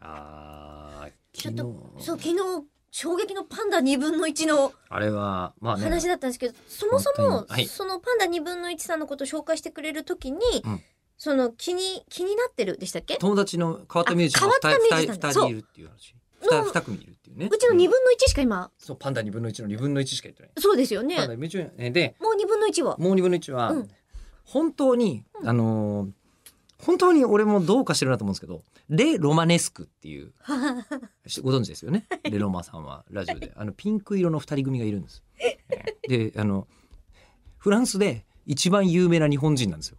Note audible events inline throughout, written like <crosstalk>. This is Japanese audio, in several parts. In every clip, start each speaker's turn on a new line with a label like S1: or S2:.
S1: ああ
S2: ち
S1: 昨
S2: ょっ
S1: 日
S2: とそう昨日衝撃のパンダ2分の1の
S1: あれはまあね
S2: 話だったんですけど、そもそ
S1: 本
S2: も、
S1: 当にはい
S2: そのパンダ2分の1さんのことを紹介してくれるときに、
S1: うん
S2: その気に気になってるでしたっけ
S1: 友達の変わったミュージシャンが
S2: あ変わったミュージシ
S1: 2人
S2: ャン
S1: 二
S2: そ
S1: 人
S2: う
S1: いるっていう話 2,
S2: の
S1: 組いるっていうね
S2: うちの2分の1しか今
S1: そうパンダ2分の1の2分の1しか言ってない、
S2: そうですよね
S1: パンダ2分の1ねで
S2: もう2分の1は
S1: もう2分の1は、
S2: うん
S1: 本当に、
S2: うん
S1: あのー本当に俺もどうかしてるなと思うんですけどレ・ロマネスクって
S2: <laughs>
S1: いうしご存知ですよね、レロマさんはラジオであのピンク色の2人組がいるんですであのフランスで一番有名な日本人なんですよ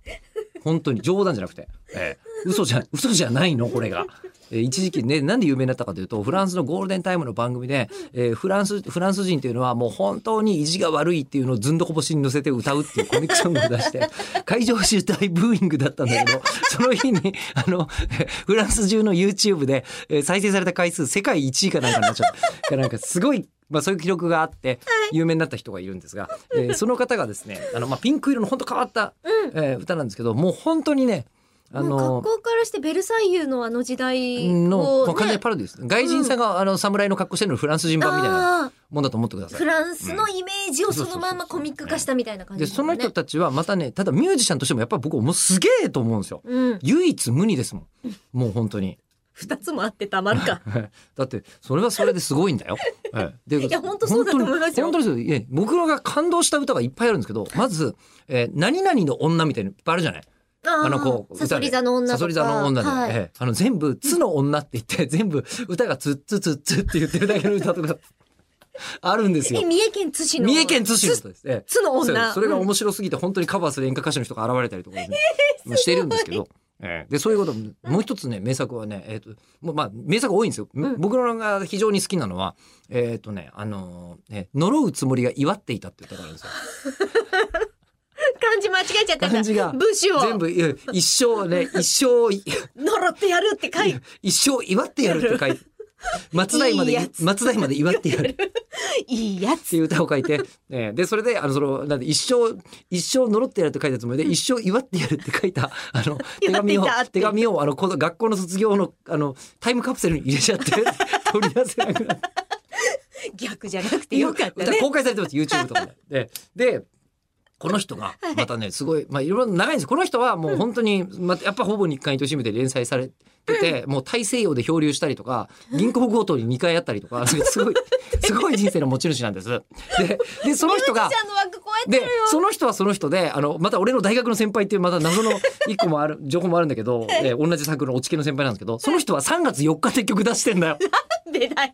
S1: 本当に冗談じゃなくて、ええ嘘じゃ嘘じゃないのこれが、えー一時期ねなんで有名になったかというとフランスのゴールデンタイムの番組で、えーフランスフランス人というのはもう本当に意地が悪いっていうのをずんどこぼしに乗せて歌うっていうコミックソングを出して会場中大ブーイングだったんだけどその日にあのえーフランス中の YouTube で、えー再生された回数世界1位かなんかになっちゃ <laughs> ったなんかすごいまあ、そういう記録があって有名になった人がいるんですが、えーその方がですねあの、まあ、ピンク色の本当変わった、えー歌なんですけどもう本当にねあ
S2: もう
S1: の
S2: 格好からしてベルサイユのあの時代
S1: の、
S2: を、
S1: まあ、
S2: ね、
S1: 完全にパロディです。外人さんが、あの侍の格好してるのフランス人版みたいな
S2: あ
S1: もんだと思ってくだ
S2: ー
S1: さ
S2: フ
S1: い。
S2: ランスのイメージをそのままコミック化したみたいな感じ
S1: でその人
S2: と
S1: たちはまたねただミュージシャンとしてもやっぱ僕もうすげえと思うんですよ。
S2: うん、
S1: 唯一無二ですもん。もう本当に。
S2: 2つもあってたまるか
S1: <laughs> だってそれはそれですごいん
S2: <laughs>
S1: だよ。ええで
S2: いや本当そうだと思いますよ
S1: 本当に本当ですよ。いや僕のが感動した歌がいっぱいあるんですけどまず、えー何々の女みたいなのいっぱいあるじゃない。
S2: あ
S1: あのこう
S2: サソリ
S1: で
S2: 座の女とか
S1: サソリ座の女で、
S2: はい
S1: ええあの全部「つの女」って言
S2: <laughs>
S1: って全部歌が「つっつつっつ」って言ってるだけの歌とかあるんですよ
S2: え。三重県津市の
S1: 三重県津市のことです。ええ
S2: 津の
S1: そうです
S2: 女
S1: それが面白すぎて本当にカバーする演歌歌手の人が現れたりとかですね、しているんですけど。ええでそういうこともう一つね名作はねえっ、ともうまあ名作多いんですよ、
S2: うん
S1: 僕のが非常に好きなのはえっ、とねあのーね呪うつもりが祝っていたっていう歌があるんです
S2: <laughs>
S1: よ
S2: 漢字間違えちゃったんだ
S1: 漢字が
S2: 武士を
S1: 全部いや一生
S2: <laughs>
S1: ね一生い
S2: 呪ってやるって書いて
S1: <laughs> 一生祝ってやるって書い
S2: <laughs>
S1: て松代まで
S2: いいやつ
S1: 松代まで祝ってやる
S2: いいや
S1: って
S2: つ
S1: いう歌を書いて、えーでそれであのそのなんで一生一生呪ってやるって書いたつもりで一生祝ってやるって書いたあの手
S2: 祝って
S1: 紙
S2: い
S1: を
S2: たって
S1: 手紙をあのこの学校の卒業のあのタイムカプセルに入れち
S2: <laughs>
S1: ゃって取り出せなくなって
S2: 逆じゃなくてよかった
S1: 歌
S2: ね
S1: 公開されてます YouTube とかで。ででこの人がまたねすごいまあいろいろ長いんですこの人はもう本当に、まあ、やっぱほぼ日刊糸新聞で連載されてて、もう大西洋で漂流したりとか銀行強盗に2回あったりとかす
S2: <laughs>
S1: ごいすごい人生の持ち主なんです。ででその
S2: <laughs>
S1: 人が
S2: ミュージシャンの枠超えて
S1: でその人はその人であのまた俺の大学の先輩っていうまた謎の一個もある情報もあるんだけど、えー同じ作のお知見の先輩なんですけどその人は3月4日で曲出してんだよ。
S2: なんでだよ